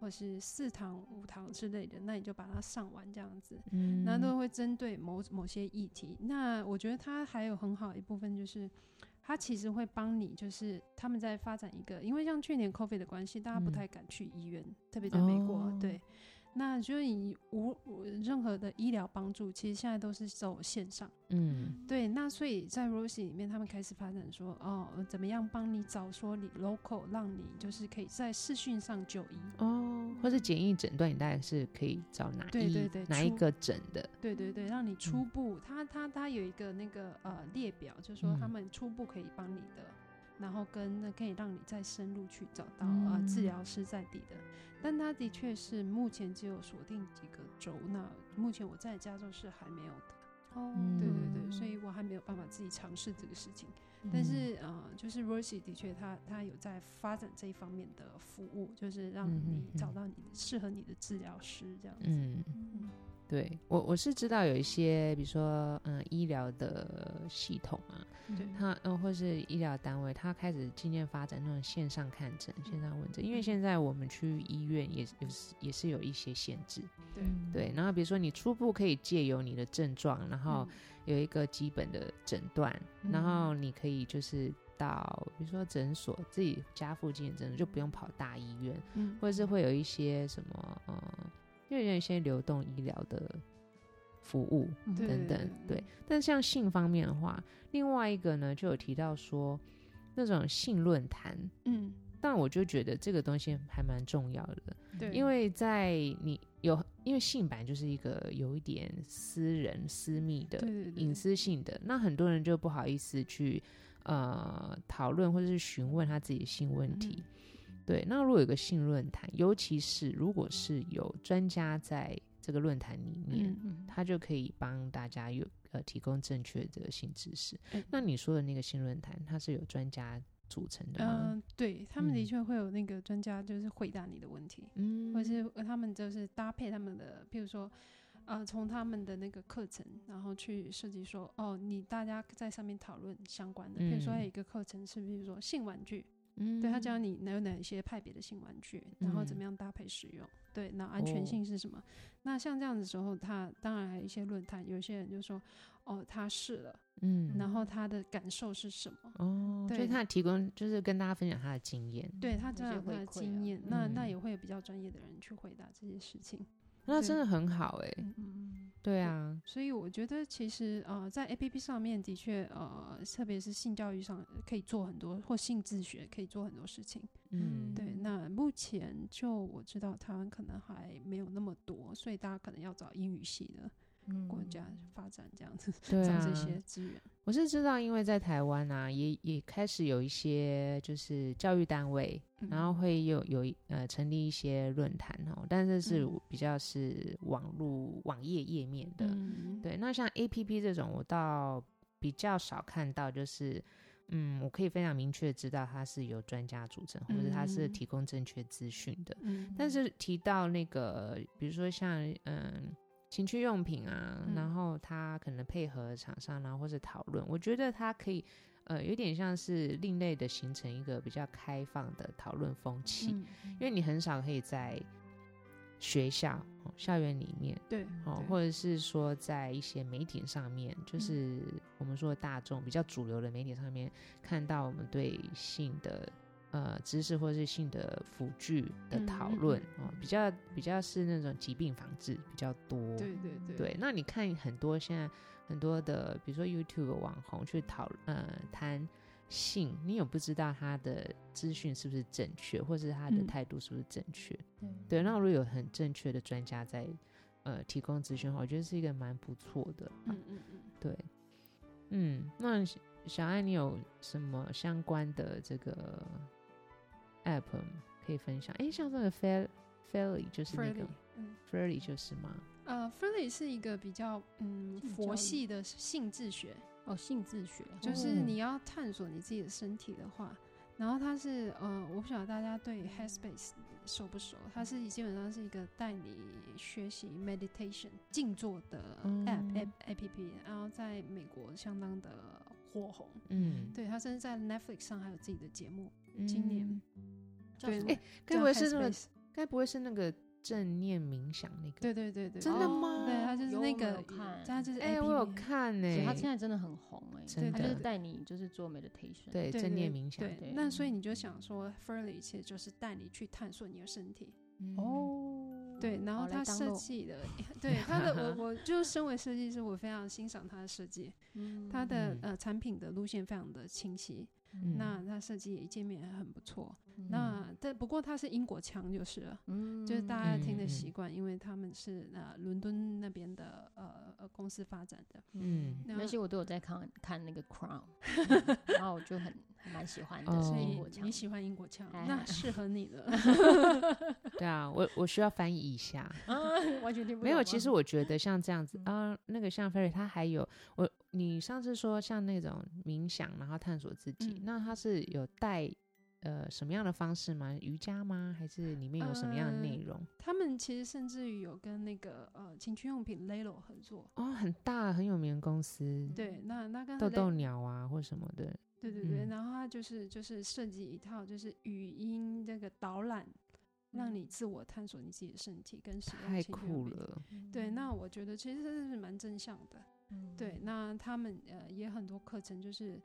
[SPEAKER 4] 或是四堂、五堂之类的，那你就把它上完这样子。
[SPEAKER 3] 嗯，
[SPEAKER 4] 那都会针对某某些议题。那我觉得它还有很好一部分就是，它其实会帮你，就是他们在发展一个，因为像去年 COVID 的关系，大家不
[SPEAKER 3] 嗯
[SPEAKER 4] 太敢去医院，特别在美国，
[SPEAKER 3] 哦
[SPEAKER 4] 对。那就以无无任何的医疗帮助，其实现在都是走线上。
[SPEAKER 3] 嗯
[SPEAKER 4] 对，那所以在 Rosie 里面，他们开始发展说，哦，怎么样帮你找说你 local，让你就是可以在视讯上就医。
[SPEAKER 3] 哦，或是简易诊断，你大概是可以找哪一
[SPEAKER 4] 对对对
[SPEAKER 3] 哪一
[SPEAKER 4] 出
[SPEAKER 3] 个诊的？
[SPEAKER 4] 对对对，
[SPEAKER 3] 嗯
[SPEAKER 4] 让你初步，它它它有一个那个呃列表，就是说他
[SPEAKER 3] 嗯
[SPEAKER 4] 们初步可以帮你的然后跟那可以让你再深入去找到
[SPEAKER 5] 嗯
[SPEAKER 4] 啊、呃治疗师在地的，但它的确是目前只有锁定几个州，那目前我在加州是还没有的。哦对对对，所以我还没有办法自己尝试这个事情。
[SPEAKER 3] 嗯
[SPEAKER 4] 但是呃，就是 Rosie 的确他，他有在发展这一方面的服务，就是让
[SPEAKER 3] 嗯嗯
[SPEAKER 4] 你
[SPEAKER 3] 嗯
[SPEAKER 4] 找到你的适合你的治疗师这样子。
[SPEAKER 3] 嗯，
[SPEAKER 4] 嗯
[SPEAKER 3] 对我我是知道有一些，比如说嗯、医疗的系统啊，
[SPEAKER 4] 对
[SPEAKER 3] 它嗯、或是医疗单位，它开始渐渐发展那种线上看诊、线上问诊，因为现在我们去医院也也是也是有一些限制，
[SPEAKER 4] 对
[SPEAKER 3] 对，然后比如说你初步可以借由你的症状，然
[SPEAKER 4] 嗯
[SPEAKER 3] 后有一个基本的诊断，然后你可以就是到比如说诊所自己家附近的诊所，就不用跑大医院，
[SPEAKER 4] 嗯
[SPEAKER 3] 或者是会有一些什么呃，就有一些流动医疗的服务
[SPEAKER 4] 对
[SPEAKER 3] 等等，
[SPEAKER 4] 嗯
[SPEAKER 3] 对。但像性方面的话，另外一个呢就有提到说那种性论坛，
[SPEAKER 4] 嗯
[SPEAKER 3] 但我就觉得这个东西还蛮重要的。
[SPEAKER 4] 对，
[SPEAKER 3] 因为在你有，因为性版就是一个有一点私人、私密的
[SPEAKER 4] 对对对
[SPEAKER 3] 隐私性的，那很多人就不好意思去呃讨论或者是询问他自己的性问题。对，那如果有个性论坛，尤其是如果是有专家在这个论坛里面，
[SPEAKER 4] 嗯嗯
[SPEAKER 3] 他就可以帮大家有呃提供正确的性知识。
[SPEAKER 4] 哎
[SPEAKER 3] 那你说的那个性论坛，它是有专家组成的吗？
[SPEAKER 4] 嗯、对他们
[SPEAKER 3] 嗯
[SPEAKER 4] 的确会有那个专家就是回答你的问题，
[SPEAKER 3] 嗯
[SPEAKER 4] 或是呃他们就是搭配他们的，譬如说。呃，从他们的那个课程，然后去设计说，哦，你大家在上面讨论相关的，比如说
[SPEAKER 3] 嗯
[SPEAKER 4] 有一个课程是，比如说性玩具，
[SPEAKER 3] 嗯
[SPEAKER 4] 对他教你哪有哪一些派别的性玩具，然后怎么
[SPEAKER 3] 嗯
[SPEAKER 4] 样搭配使用，对，那安
[SPEAKER 3] 哦
[SPEAKER 4] 全性是什么？那像这样的时候，他当然还有一些论坛，有一些人就说，哦，他试了，
[SPEAKER 3] 嗯
[SPEAKER 4] 然后他的感受是什么？
[SPEAKER 3] 哦，所以
[SPEAKER 4] 对
[SPEAKER 3] 他提供就是跟大家分享他的经验。
[SPEAKER 4] 对他
[SPEAKER 5] 有
[SPEAKER 4] 这
[SPEAKER 5] 些
[SPEAKER 4] 样他
[SPEAKER 5] 回
[SPEAKER 4] 的
[SPEAKER 5] 馈
[SPEAKER 4] 经
[SPEAKER 5] 啊
[SPEAKER 4] 验，那那
[SPEAKER 3] 嗯
[SPEAKER 4] 也会有比较专业的人去回答这些事情。
[SPEAKER 3] 那
[SPEAKER 4] 对
[SPEAKER 3] 真的很好哎、
[SPEAKER 4] 嗯
[SPEAKER 3] 对啊，
[SPEAKER 4] 所以我觉得其实呃，在 A P P 上面的确呃，特别是性教育上呃可以做很多，或性自学可以做很多事情。
[SPEAKER 3] 嗯，
[SPEAKER 4] 对，那目前就我知道台湾可能还没有那么多，所以大家可能要找英语系的国家发展这样子，
[SPEAKER 3] 嗯对
[SPEAKER 4] 找
[SPEAKER 3] 啊
[SPEAKER 4] 这，些资源。
[SPEAKER 3] 我是知道，因为在台湾啊，也也开始有一些就是教育单位，
[SPEAKER 4] 嗯
[SPEAKER 3] 然后会有有一呃成立一些论坛哦，但是是
[SPEAKER 4] 嗯
[SPEAKER 3] 比较是网络网页页面的。
[SPEAKER 4] 嗯，
[SPEAKER 3] 对，那像 A P P 这种，我倒比较少看到，就是。嗯，我可以非常明确地知道它是由专家组成，或者它是
[SPEAKER 4] 嗯
[SPEAKER 3] 提供正确资讯的。
[SPEAKER 4] 嗯，
[SPEAKER 3] 但是提到那个，比如说像嗯情趣用品啊，
[SPEAKER 4] 嗯
[SPEAKER 3] 然后它可能配合厂商然后或者讨论，我觉得它可以呃有点像是另类的形成一个比较开放的讨论风气，
[SPEAKER 4] 嗯
[SPEAKER 3] 因为你很少可以在学校、哦校园里面
[SPEAKER 4] 对
[SPEAKER 3] 哦，
[SPEAKER 4] 嗯对嗯
[SPEAKER 3] 或者是说在一些媒体上面，就是我们说的大众比较主流的媒体上面，看到我们对性的呃知识或是性的辅具的
[SPEAKER 4] 嗯
[SPEAKER 3] 讨
[SPEAKER 4] 嗯
[SPEAKER 3] 论、
[SPEAKER 4] 嗯
[SPEAKER 3] 哦，比较比较是那种疾病防治比较多。
[SPEAKER 4] 对对对
[SPEAKER 3] 对，那你看很多现在很多的，比如说 YouTube 的网红去讨呃谈性，你有不知道他的资讯是不是正确，或是他的
[SPEAKER 4] 嗯
[SPEAKER 3] 态度是不是正确？对，那如果有很正确的专家在呃提供资讯的话，我觉得是一个蛮不错的。
[SPEAKER 4] 嗯嗯嗯。
[SPEAKER 3] 对，嗯，那小小爱你有什么相关的这个 app 可以分享？诶，像这个 Fair Fairly 就是那个
[SPEAKER 4] Freely，嗯
[SPEAKER 3] Fairly 就是吗？
[SPEAKER 4] 呃 f r e l y 是一个比较嗯
[SPEAKER 5] 性教
[SPEAKER 4] 佛
[SPEAKER 5] 育
[SPEAKER 4] 系的性自学，
[SPEAKER 5] 哦，性自学
[SPEAKER 4] 就是
[SPEAKER 3] 哦
[SPEAKER 4] 你要探索你自己的身体的话，然后它是呃，我不晓得大家对 Headspace 熟不熟，它是基本上是一个带你学习 meditation 静坐的
[SPEAKER 3] 嗯
[SPEAKER 4] app、app A P P，然后在美国相当的火红，
[SPEAKER 3] 嗯，
[SPEAKER 4] 对，它甚至在 Netflix 上还有自己的节目，今年
[SPEAKER 3] 嗯
[SPEAKER 5] 叫什
[SPEAKER 4] 对
[SPEAKER 5] 么
[SPEAKER 3] 诶该不会是那
[SPEAKER 4] 这
[SPEAKER 3] 个？该不会是那个正念冥想那个？
[SPEAKER 4] 对对对对，
[SPEAKER 3] 真的
[SPEAKER 4] 哦
[SPEAKER 3] 吗
[SPEAKER 4] 对，它就是
[SPEAKER 5] 有
[SPEAKER 4] 那
[SPEAKER 5] 我有
[SPEAKER 4] 个，
[SPEAKER 5] 看
[SPEAKER 4] 它就是
[SPEAKER 3] 哎、
[SPEAKER 4] A P P，
[SPEAKER 3] 我有看呢、
[SPEAKER 5] 所以他现在真的很红哎、
[SPEAKER 3] 真
[SPEAKER 5] 他就是
[SPEAKER 4] 的
[SPEAKER 5] 带你就是做 meditation，
[SPEAKER 3] 对嗯
[SPEAKER 4] 对
[SPEAKER 3] 正
[SPEAKER 4] 对
[SPEAKER 3] 念冥想，
[SPEAKER 4] 对
[SPEAKER 5] 对，
[SPEAKER 4] 那所以你就想说 f u r l y 其实就是带你去探索你的身体，
[SPEAKER 3] 嗯，
[SPEAKER 5] 哦，
[SPEAKER 4] 对，然后
[SPEAKER 5] 好来
[SPEAKER 4] 他
[SPEAKER 5] 当
[SPEAKER 4] 设
[SPEAKER 5] 肉
[SPEAKER 4] 计的，对他的 我我就是身为设计师，我非常欣赏他的设计，
[SPEAKER 5] 嗯
[SPEAKER 4] 他的
[SPEAKER 3] 嗯
[SPEAKER 4] 呃产品的路线非常的清晰，
[SPEAKER 3] 嗯
[SPEAKER 4] 那他设计界面也很不错，
[SPEAKER 5] 嗯
[SPEAKER 4] 那但不过他是英国腔就是了。
[SPEAKER 5] 嗯
[SPEAKER 4] 就是大家听
[SPEAKER 3] 嗯嗯
[SPEAKER 4] 的
[SPEAKER 3] 嗯
[SPEAKER 4] 习惯，因为他们是呃伦敦那边的呃呃公司发展的，
[SPEAKER 3] 嗯
[SPEAKER 5] 那
[SPEAKER 4] 那
[SPEAKER 5] 些我都有在看看那个嗯 Crown，然后我就很还蛮喜欢
[SPEAKER 3] 哦
[SPEAKER 5] 的，
[SPEAKER 4] 所
[SPEAKER 5] 是
[SPEAKER 4] 以
[SPEAKER 5] 英国腔
[SPEAKER 4] 你。喜欢英国腔，
[SPEAKER 5] 哎
[SPEAKER 4] 那适合你了。
[SPEAKER 3] 对啊，我我需要翻译 一下。
[SPEAKER 5] 啊，完全听不
[SPEAKER 3] 没有，
[SPEAKER 5] 懂啊
[SPEAKER 3] 其
[SPEAKER 5] 吗嗯
[SPEAKER 3] 实我觉得像 这样子啊、那个像 Ferry，他还有我，你上次说像那种冥想，然后探索自己，
[SPEAKER 4] 嗯
[SPEAKER 3] 那他是有带呃什么样的方式吗？瑜伽吗？还是里面有什么
[SPEAKER 4] 呃
[SPEAKER 3] 样的内容？
[SPEAKER 4] 他们其实甚至于有跟那个呃情趣用品 Lelo 合作，
[SPEAKER 3] 哦，很大很有名的公司，
[SPEAKER 4] 对，那那跟
[SPEAKER 3] 豆
[SPEAKER 4] Le-
[SPEAKER 3] 豆鸟啊或什么的，
[SPEAKER 4] 对对对，
[SPEAKER 3] 嗯
[SPEAKER 4] 然后他就是就是设计一套就是语音这个导览，让你自我探索你自己的身体跟使
[SPEAKER 3] 嗯
[SPEAKER 4] 用
[SPEAKER 3] 太
[SPEAKER 4] 情趣用
[SPEAKER 3] 酷
[SPEAKER 4] 品。
[SPEAKER 3] 了。
[SPEAKER 4] 对，那我觉得其实这是蛮正向的。
[SPEAKER 3] 嗯
[SPEAKER 4] 对，那他们呃也很多课程就是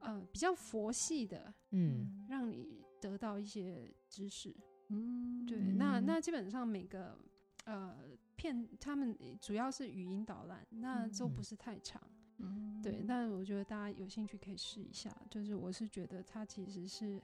[SPEAKER 4] 呃比较佛系的，
[SPEAKER 3] 嗯，
[SPEAKER 4] 让你得到一些知识。
[SPEAKER 5] 嗯
[SPEAKER 4] 对，那那基本上每个呃片他们主要是语音导览，那都不
[SPEAKER 3] 嗯
[SPEAKER 4] 是太长。
[SPEAKER 5] 嗯
[SPEAKER 4] 对，但我觉得大家有兴趣可以试一下。就是我是觉得它其实是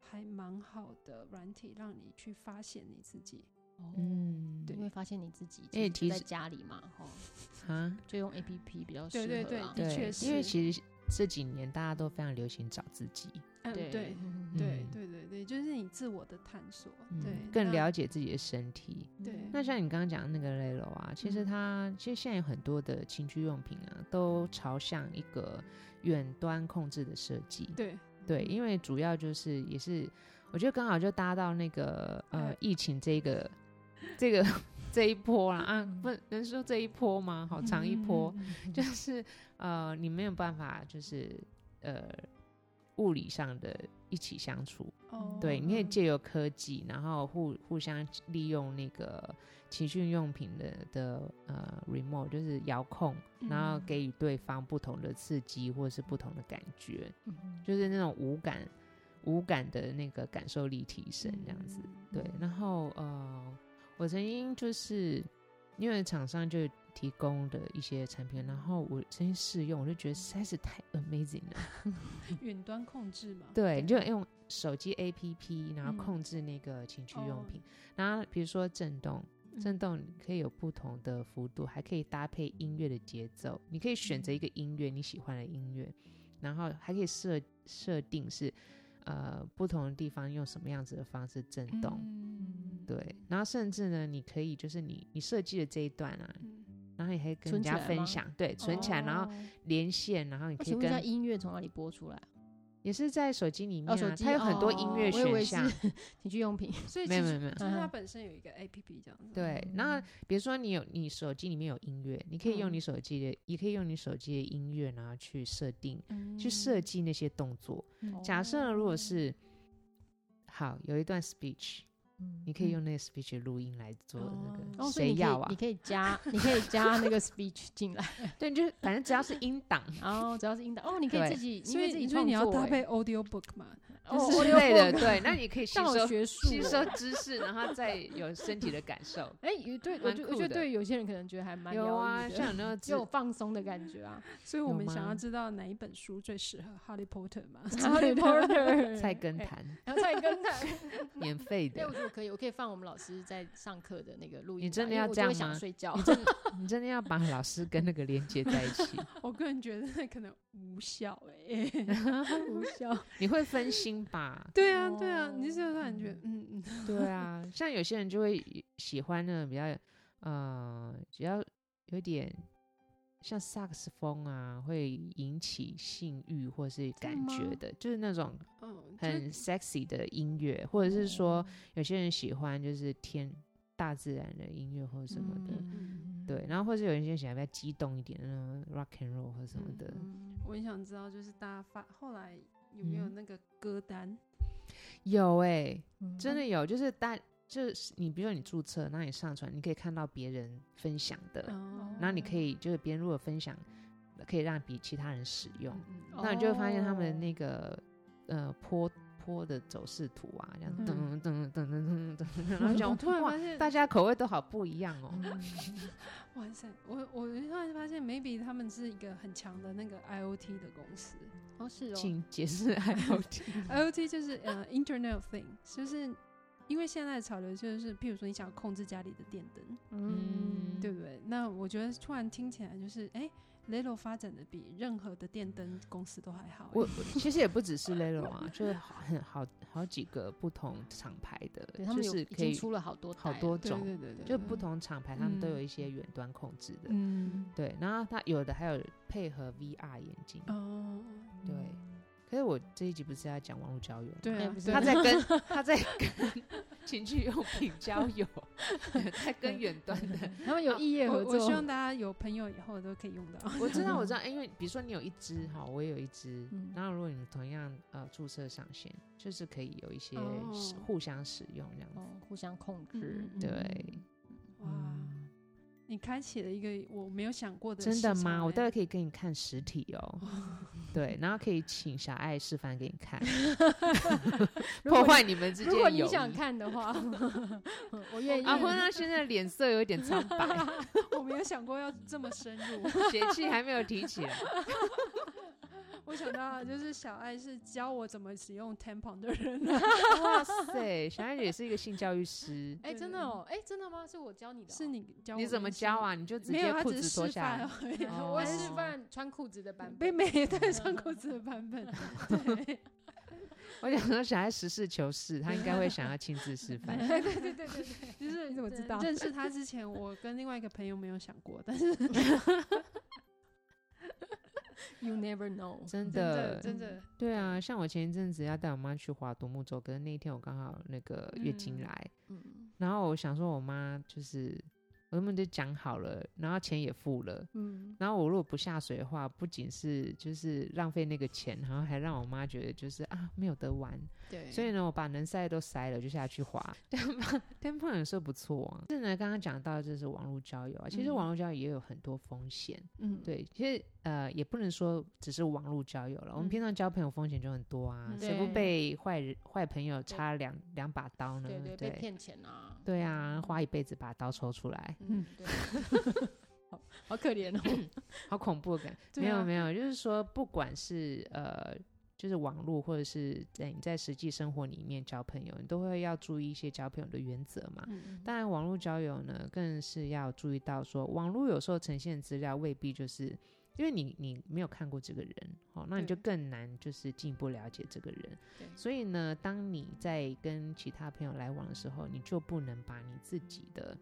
[SPEAKER 4] 还蛮好的软体，让你去发现你自己。
[SPEAKER 5] 哦
[SPEAKER 3] 嗯，
[SPEAKER 5] 你会发现你自己
[SPEAKER 3] 因为
[SPEAKER 5] 其实
[SPEAKER 3] 其
[SPEAKER 5] 在
[SPEAKER 3] 实
[SPEAKER 5] 家里嘛，吼，
[SPEAKER 3] 啊，
[SPEAKER 5] 就用 A P P 比较适合
[SPEAKER 4] 对
[SPEAKER 5] 啊。
[SPEAKER 4] 对对的确
[SPEAKER 3] 对，因
[SPEAKER 4] 是
[SPEAKER 3] 为其实这几年大家都非常流行找自己，
[SPEAKER 4] 嗯，
[SPEAKER 5] 对
[SPEAKER 4] 对，
[SPEAKER 5] 嗯
[SPEAKER 4] 对
[SPEAKER 3] 嗯
[SPEAKER 4] 对对对，就是你自我的探索。
[SPEAKER 3] 嗯
[SPEAKER 4] 对，
[SPEAKER 3] 更
[SPEAKER 4] 那
[SPEAKER 3] 了解自己的身体。
[SPEAKER 4] 对
[SPEAKER 3] 那像你刚刚讲的那个 Lelo 啊，其实
[SPEAKER 4] 嗯
[SPEAKER 3] 它其实现在有很多的情趣用品啊，都朝向一个远端控制的设计。
[SPEAKER 4] 对
[SPEAKER 3] 对，因为主要就是也是，我觉得刚好就搭到那个呃
[SPEAKER 4] 哎
[SPEAKER 3] 疫情这个这个 这一波啦啊，
[SPEAKER 4] 嗯
[SPEAKER 3] 不能说这一波吗？好 长一波，
[SPEAKER 4] 嗯嗯嗯嗯
[SPEAKER 3] 就是呃你没有办法就是呃物理上的一起相处，
[SPEAKER 4] 哦
[SPEAKER 3] 对，你可以
[SPEAKER 4] 嗯
[SPEAKER 3] 借由科技，然后互互相利用那个情趣用品的的呃 remote，就是遥控，
[SPEAKER 4] 哦
[SPEAKER 3] 然
[SPEAKER 4] 嗯
[SPEAKER 3] 后给予对方不同的刺激或是不同的感觉，就是那种无感无感的那个感受力提升这样子。
[SPEAKER 4] 嗯
[SPEAKER 3] 对，然后呃，我曾经就是因为厂商就提供的一些产品，然后我曾经试用，我就觉得实在是太 amazing 了。
[SPEAKER 4] 远端控制嘛。
[SPEAKER 3] 对，你就用手机 APP，然后
[SPEAKER 4] 嗯
[SPEAKER 3] 控制那个情趣用
[SPEAKER 4] 哦
[SPEAKER 3] 品，然后比如说震动，震
[SPEAKER 4] 嗯
[SPEAKER 3] 动可以有不同的幅度，还可以搭配音乐的节奏，你可以选
[SPEAKER 5] 嗯
[SPEAKER 3] 择一个音乐你喜欢的音乐，然后还可以设设定是呃不同的地方用什么样子的方式震动。
[SPEAKER 4] 嗯
[SPEAKER 3] 对，然后甚至呢，你可以就是你你设计的这一段啊，
[SPEAKER 4] 嗯
[SPEAKER 3] 然后你可以跟
[SPEAKER 5] 存
[SPEAKER 3] 人
[SPEAKER 5] 起
[SPEAKER 3] 家
[SPEAKER 5] 来
[SPEAKER 3] 分
[SPEAKER 5] 吗
[SPEAKER 3] 享，对，存起来，然后
[SPEAKER 4] 哦
[SPEAKER 3] 连线，然后你
[SPEAKER 5] 那
[SPEAKER 3] 可以
[SPEAKER 5] 请问一下，
[SPEAKER 3] 跟
[SPEAKER 5] 音乐从哪里播出来？
[SPEAKER 3] 也是在手机里面、啊，
[SPEAKER 5] 哦，手机
[SPEAKER 3] 它有很多
[SPEAKER 5] 哦
[SPEAKER 3] 音乐
[SPEAKER 5] 我以为
[SPEAKER 3] 选
[SPEAKER 5] 是
[SPEAKER 3] 项，
[SPEAKER 5] 情趣用品。
[SPEAKER 4] 所以
[SPEAKER 3] 没有没
[SPEAKER 4] 其实
[SPEAKER 3] 有没有。
[SPEAKER 4] 就是它
[SPEAKER 5] 嗯
[SPEAKER 4] 本身有一个 A P P 这样子。
[SPEAKER 3] 对，那比如说你有你手机里面有音乐，你可以用
[SPEAKER 4] 嗯
[SPEAKER 3] 你手机的，也可以用你手机的音乐，然后去设定、
[SPEAKER 4] 嗯，
[SPEAKER 3] 去设计那些动作。
[SPEAKER 5] 哦
[SPEAKER 3] 假设呢如果是好有一段 speech，你可以用那个 speech 录音来做那个、
[SPEAKER 5] 嗯哦，所以
[SPEAKER 3] 谁
[SPEAKER 5] 你可
[SPEAKER 3] 要
[SPEAKER 5] 以
[SPEAKER 3] 啊
[SPEAKER 5] 你？可以 加，你可以加那个 speech 进 来，
[SPEAKER 3] 对，你就反正只要是音档
[SPEAKER 5] 然后只要是引导，哦，你可
[SPEAKER 3] 对
[SPEAKER 5] 以自己，
[SPEAKER 4] 所
[SPEAKER 5] 你可以自己
[SPEAKER 4] 以所以你要
[SPEAKER 5] 创作
[SPEAKER 4] 搭
[SPEAKER 5] 欸
[SPEAKER 4] 配 audio book 嘛，
[SPEAKER 5] 哦
[SPEAKER 3] 之类的，对，那你可以吸
[SPEAKER 5] 但
[SPEAKER 3] 收
[SPEAKER 5] 我学术
[SPEAKER 3] 吸
[SPEAKER 5] 哦
[SPEAKER 3] 收知识，然后再有身体的感 受。
[SPEAKER 5] 哎，有对我
[SPEAKER 3] 蛮
[SPEAKER 5] 就我
[SPEAKER 3] 酷
[SPEAKER 5] 觉得
[SPEAKER 3] 的
[SPEAKER 5] 对有些人可能觉得还蛮
[SPEAKER 3] 有
[SPEAKER 5] 疗
[SPEAKER 3] 啊，
[SPEAKER 5] 愈的
[SPEAKER 3] 像有那个
[SPEAKER 5] 就有
[SPEAKER 3] 自
[SPEAKER 5] 放松的感觉 啊。
[SPEAKER 4] 所以我
[SPEAKER 3] 有
[SPEAKER 4] 们想
[SPEAKER 3] 吗
[SPEAKER 4] 要知道哪一本书最适合哈利波特 嘛？
[SPEAKER 5] 哈利波特
[SPEAKER 3] 菜根谭，
[SPEAKER 5] 然后菜根谭，
[SPEAKER 3] 免费
[SPEAKER 5] 哎，
[SPEAKER 3] 的
[SPEAKER 5] 我。觉得我可以，我可以放我们老师在上课的那个录音档，
[SPEAKER 3] 你真的
[SPEAKER 5] 因为
[SPEAKER 3] 要
[SPEAKER 5] 我
[SPEAKER 3] 这
[SPEAKER 5] 就
[SPEAKER 3] 样
[SPEAKER 5] 会想
[SPEAKER 3] 吗
[SPEAKER 5] 睡觉
[SPEAKER 3] 你。真 的，你真的要把老师跟那个连接在一 起，
[SPEAKER 4] 我个人觉得可能无效 哎、？
[SPEAKER 5] 无效。
[SPEAKER 3] 你会分心吧
[SPEAKER 4] 对啊，对啊，你就突然觉得，嗯嗯，
[SPEAKER 3] 对啊，像有些人就会喜欢那种比较，呃，比较有点像萨克斯风啊，会引起性欲或是感觉的，就是那种
[SPEAKER 4] 嗯，就
[SPEAKER 3] 很 sexy 的音乐，或者是说有些人喜欢就是天大自然的音乐或者什么的。
[SPEAKER 4] 嗯
[SPEAKER 3] 对，然后或者有一些人喜欢比较激动一点的那种 rock and roll 或者什么的，
[SPEAKER 4] 嗯我很想知道，就是大家发后来有没有
[SPEAKER 3] 嗯
[SPEAKER 4] 那个歌单？
[SPEAKER 3] 有哎、
[SPEAKER 5] 嗯
[SPEAKER 3] 真的有，就是大就是你，比如说你注册，那你上传，你可以看到别人分享的，
[SPEAKER 5] 嗯
[SPEAKER 4] 哦
[SPEAKER 3] 然后你可以就是别人如果分享，可以让比其他人使用，
[SPEAKER 4] 嗯
[SPEAKER 5] 哦
[SPEAKER 3] 那你就会发现他们的那个呃坡坡的走势图啊，这样噔
[SPEAKER 4] 嗯
[SPEAKER 3] 噔噔噔噔噔噔，
[SPEAKER 4] 哦
[SPEAKER 3] 然 后讲突然
[SPEAKER 4] 发现
[SPEAKER 3] 哇，大家口味都好不一样哦，
[SPEAKER 5] 嗯
[SPEAKER 4] 哇塞，我我突然发现，maybe 他们是一个很强的那个 IOT 的公司。
[SPEAKER 3] 嗯
[SPEAKER 5] 哦是哦，
[SPEAKER 3] 请解释 IOT，
[SPEAKER 4] IOT 就是呃 Internet of Things，就是因为现在的潮流就是，譬如说你想要控制家里的电灯，
[SPEAKER 5] 嗯，
[SPEAKER 4] 对不对？那我觉得突然听起来就是，哎， Lelo 发展的比任何的电灯公司都还好、
[SPEAKER 3] 我我其实也不只是 Lelo 啊，就是好很好好几个不同厂牌的，
[SPEAKER 5] 对他们
[SPEAKER 3] 就
[SPEAKER 5] 有
[SPEAKER 3] 是
[SPEAKER 5] 已
[SPEAKER 3] 可
[SPEAKER 5] 经
[SPEAKER 3] 以
[SPEAKER 5] 出了好多
[SPEAKER 3] 好
[SPEAKER 5] 代了
[SPEAKER 3] 多
[SPEAKER 4] 对
[SPEAKER 3] 种，
[SPEAKER 4] 对对对，
[SPEAKER 3] 就不同厂牌他们都有一些远端控制的，
[SPEAKER 4] 嗯
[SPEAKER 3] 对，然后它有的还有配合 VR 眼镜，
[SPEAKER 4] 哦，
[SPEAKER 3] 对。可是我这一集不是要讲网络交友吗？
[SPEAKER 4] 对
[SPEAKER 5] 哎
[SPEAKER 4] 啊
[SPEAKER 5] 不，是
[SPEAKER 4] 对
[SPEAKER 3] 他
[SPEAKER 4] 啊
[SPEAKER 3] 在 跟他在跟 情趣用品交友，对在跟远端
[SPEAKER 4] 嗯
[SPEAKER 3] 的。
[SPEAKER 5] 他们有异业合
[SPEAKER 4] 啊我我希
[SPEAKER 5] 作
[SPEAKER 4] 望，大家有朋友以后都可以用到。
[SPEAKER 3] 我知道，我知道，哎因为比如说你有一只哈，我也有一只
[SPEAKER 5] 嗯，
[SPEAKER 3] 然后如果你们同样呃注册上线，就是可以有一些
[SPEAKER 4] 哦
[SPEAKER 3] 使互相使用这样子。
[SPEAKER 5] 哦，互相控制
[SPEAKER 4] 嗯，嗯嗯
[SPEAKER 3] 对，嗯
[SPEAKER 4] 哇，你开启了一个我没有想过的市
[SPEAKER 3] 真
[SPEAKER 4] 场，
[SPEAKER 3] 的吗？我待
[SPEAKER 4] 的
[SPEAKER 3] 会可以给你看实体 哦。对，然后可以请小爱示范给你看，
[SPEAKER 5] 如果
[SPEAKER 3] 嗯破坏你们之间
[SPEAKER 5] 如果你
[SPEAKER 3] 友谊啊
[SPEAKER 5] 想看的话， 我愿意。
[SPEAKER 3] 阿坤他现在脸色有点苍白，
[SPEAKER 4] 我没有想过要这么深入。
[SPEAKER 3] 邪气还没有提起来。
[SPEAKER 4] 我想到了就是小爱是教我怎么使用 tampon 的人、啊，
[SPEAKER 3] 哇塞，小爱也是一个性教育师，
[SPEAKER 5] 哎，真的哦，哎，真的吗？是我教你的哦，
[SPEAKER 4] 是你教我
[SPEAKER 3] 你怎么教？啊？你就直
[SPEAKER 4] 没
[SPEAKER 3] 接
[SPEAKER 4] 有，他
[SPEAKER 3] 裤
[SPEAKER 4] 只
[SPEAKER 3] 子
[SPEAKER 4] 是
[SPEAKER 3] 脱
[SPEAKER 4] 示
[SPEAKER 3] 下
[SPEAKER 4] 范
[SPEAKER 3] 来。哦
[SPEAKER 4] 而已。
[SPEAKER 5] 我示范穿裤子的版
[SPEAKER 4] 被
[SPEAKER 5] 本。
[SPEAKER 4] 美对上裤子的版 本，对
[SPEAKER 3] 我想说，小爱实事求是，他应该会想要亲自 示 范。
[SPEAKER 5] 对对对对对对，
[SPEAKER 4] 就是
[SPEAKER 5] 你怎么知道
[SPEAKER 4] 认识他之前，我跟另外一个朋友没有想过，但是
[SPEAKER 5] ，You never know。
[SPEAKER 3] 真
[SPEAKER 4] 真的
[SPEAKER 3] 的，
[SPEAKER 4] 真的，
[SPEAKER 3] 对啊，像我前一阵子要带我妈去划独木舟，可是那一天我刚好那个月经
[SPEAKER 4] 嗯
[SPEAKER 3] 来，
[SPEAKER 5] 嗯
[SPEAKER 3] 然后我想说我妈就是我们就讲好了，然后钱也付了，
[SPEAKER 5] 嗯，
[SPEAKER 3] 然后我如果不下水的话，不仅是就是浪费那个钱，然后还让我妈觉得就是啊没有得玩。
[SPEAKER 5] 对。
[SPEAKER 3] 所以呢，我把能塞的都塞了，就下去滑。 天胖有时候不错啊。是呢，刚刚讲到就是网络交友啊，其实
[SPEAKER 5] 嗯
[SPEAKER 3] 网络交友也有很多风险。
[SPEAKER 4] 嗯，
[SPEAKER 3] 对，其实呃也不能说只是网络交友了，我
[SPEAKER 5] 嗯
[SPEAKER 3] 们平常交朋友风险就很多啊，
[SPEAKER 4] 嗯
[SPEAKER 3] 谁不
[SPEAKER 5] 对
[SPEAKER 3] 被坏人坏朋友插两两把刀呢？
[SPEAKER 5] 对对，被骗钱啊！
[SPEAKER 3] 嗯对啊，花一辈子把刀抽出来。
[SPEAKER 5] 嗯，对， 好好可怜
[SPEAKER 3] 嗯
[SPEAKER 5] 哦。
[SPEAKER 3] 好恐怖的感
[SPEAKER 4] 对
[SPEAKER 3] 没
[SPEAKER 4] 啊
[SPEAKER 3] 有没有，就是说，不管是呃，就是网络或者是在你在实际生活里面交朋友，你都会要注意一些交朋友的原则嘛。
[SPEAKER 4] 嗯
[SPEAKER 3] 当然，网络交友呢，更是要注意到说，网络有时候呈现资料未必就是。因为你你没有看过这个人，哦，那你就
[SPEAKER 4] 对
[SPEAKER 3] 更难就是进一步了解这个人。
[SPEAKER 5] 对
[SPEAKER 3] 所以呢，当你在跟其他朋友来往的时候，你就不能把你自己的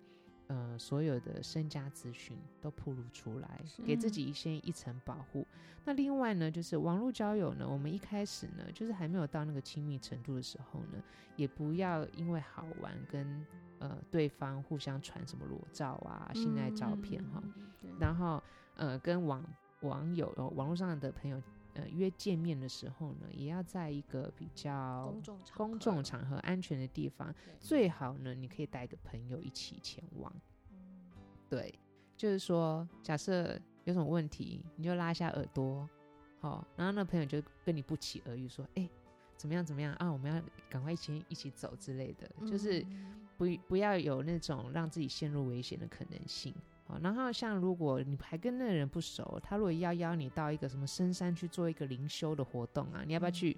[SPEAKER 3] 呃所有的身家资讯都暴露出来，给自
[SPEAKER 4] 嗯
[SPEAKER 3] 己一些一层保护。那另外呢，就是网络交友呢，我们一开始呢，就是还没有到那个亲密程度的时候呢，也不要因为好玩跟呃对方互相传什么裸照啊、性爱照片哈、
[SPEAKER 5] 嗯对
[SPEAKER 3] 然后呃跟网网友、呃网络上的朋友呃约见面的时候呢，也要在一个比较
[SPEAKER 5] 公众场合
[SPEAKER 3] 公众场合、安全的地方，
[SPEAKER 5] 对
[SPEAKER 3] 最好呢，你可以带个朋友一起前往。对，就是说，假设有什么问题，你就拉一下耳朵，好、然后那朋友就跟你不期而遇说，哎、怎么样怎么样啊，我们要赶快一起一起走之类的，
[SPEAKER 5] 嗯
[SPEAKER 3] 就是不不要有那种让自己陷入危险的可能性。好，然后像如果你还跟那个人不熟，他如果要邀你到一个什么深山去做一个灵修的活动啊，你要不要去？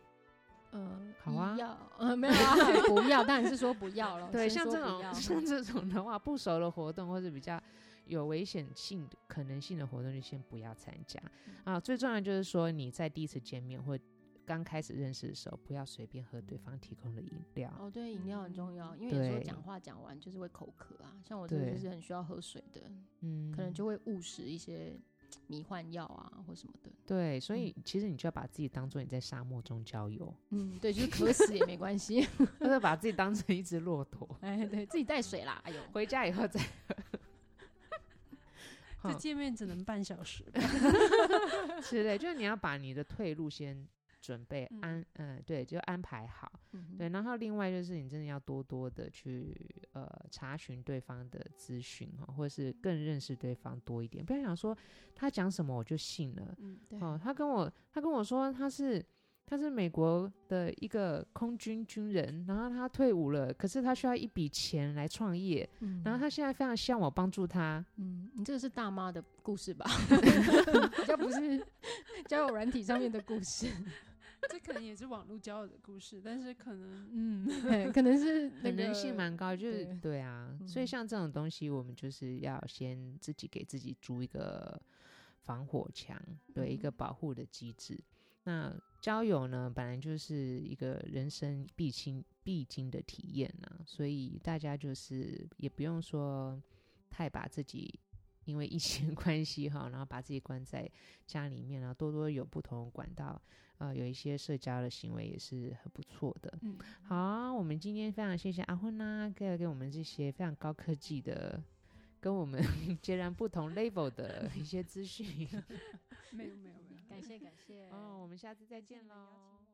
[SPEAKER 5] 嗯，
[SPEAKER 3] 好啊
[SPEAKER 5] 不要，嗯， 没有啊，不要，当然是说不要了。
[SPEAKER 3] 对，
[SPEAKER 5] 先
[SPEAKER 3] 像
[SPEAKER 5] 说
[SPEAKER 3] 这
[SPEAKER 5] 哦不
[SPEAKER 3] 种
[SPEAKER 5] 要
[SPEAKER 3] 像这种的话，不熟的活动或者比较有危险性的可能性的活动，就先不要参加
[SPEAKER 5] 嗯
[SPEAKER 3] 啊。最重要的就是说，你在第一次见面或刚开始认识的时候，不要随便喝对方提供的饮料。
[SPEAKER 5] 哦，对，饮料很重要，因为有时候
[SPEAKER 3] 对
[SPEAKER 5] 讲话讲完就是会口渴啊。像我这个
[SPEAKER 3] 对
[SPEAKER 5] 就是很需要喝水的，
[SPEAKER 3] 嗯，
[SPEAKER 5] 可能就会误食一些迷幻药啊或什么的。
[SPEAKER 3] 对，所以其实你就要把自己当做你在沙漠中郊游，
[SPEAKER 5] 嗯，对，就是渴死也没关系。
[SPEAKER 3] 或者把自己当成一只骆驼，
[SPEAKER 5] 哎，对自己带水啦。哎呦，
[SPEAKER 3] 回家 以后再喝。
[SPEAKER 4] 这
[SPEAKER 3] 好
[SPEAKER 4] 界面只能半小时吧，
[SPEAKER 3] 之类，就是你要把你的退路先准备
[SPEAKER 4] 嗯
[SPEAKER 3] 安，嗯、对，就安排好。
[SPEAKER 5] 嗯哼
[SPEAKER 3] 对，然后另外就是你真的要多多的去呃查询对方的资讯哈，或者是更认识对方多一点，不要想说他讲什么我就信了。
[SPEAKER 4] 嗯，
[SPEAKER 5] 对
[SPEAKER 3] 哦，他跟我他跟我说他是他是美国的一个空军军人，然后他退伍了，可是他需要一笔钱来创业，
[SPEAKER 5] 嗯
[SPEAKER 3] 然后他现在非常希望我帮助他。
[SPEAKER 5] 嗯，你这个是大妈的故事吧？ 比较不是交友软体上面的故事，
[SPEAKER 4] 这可能也是网络交友的故事，但是可能嗯，
[SPEAKER 5] 对，可能是那
[SPEAKER 3] 可
[SPEAKER 5] 个
[SPEAKER 3] 能性蛮高，就是
[SPEAKER 5] 对
[SPEAKER 3] 对啊，所以
[SPEAKER 5] 嗯
[SPEAKER 3] 像这种东西，我们就是要先自己给自己筑一个防火墙的一个保护的机制。那交友呢，本来就是一个人生必经必经的体验呐、所以大家就是也不用说太把自己因为一些关系哈，然后把自己关在家里面，然后啊多多有不同的管道，呃，有一些社交的行为也是很不错的。
[SPEAKER 4] 嗯，
[SPEAKER 3] 好啊，我们今天非常谢谢阿混呐、给给我们这些非常高科技的。跟我们截然不同 level 的一些资讯
[SPEAKER 4] 没有没有没有，
[SPEAKER 5] 感谢感谢
[SPEAKER 3] 哦哦，我们下次再见喽。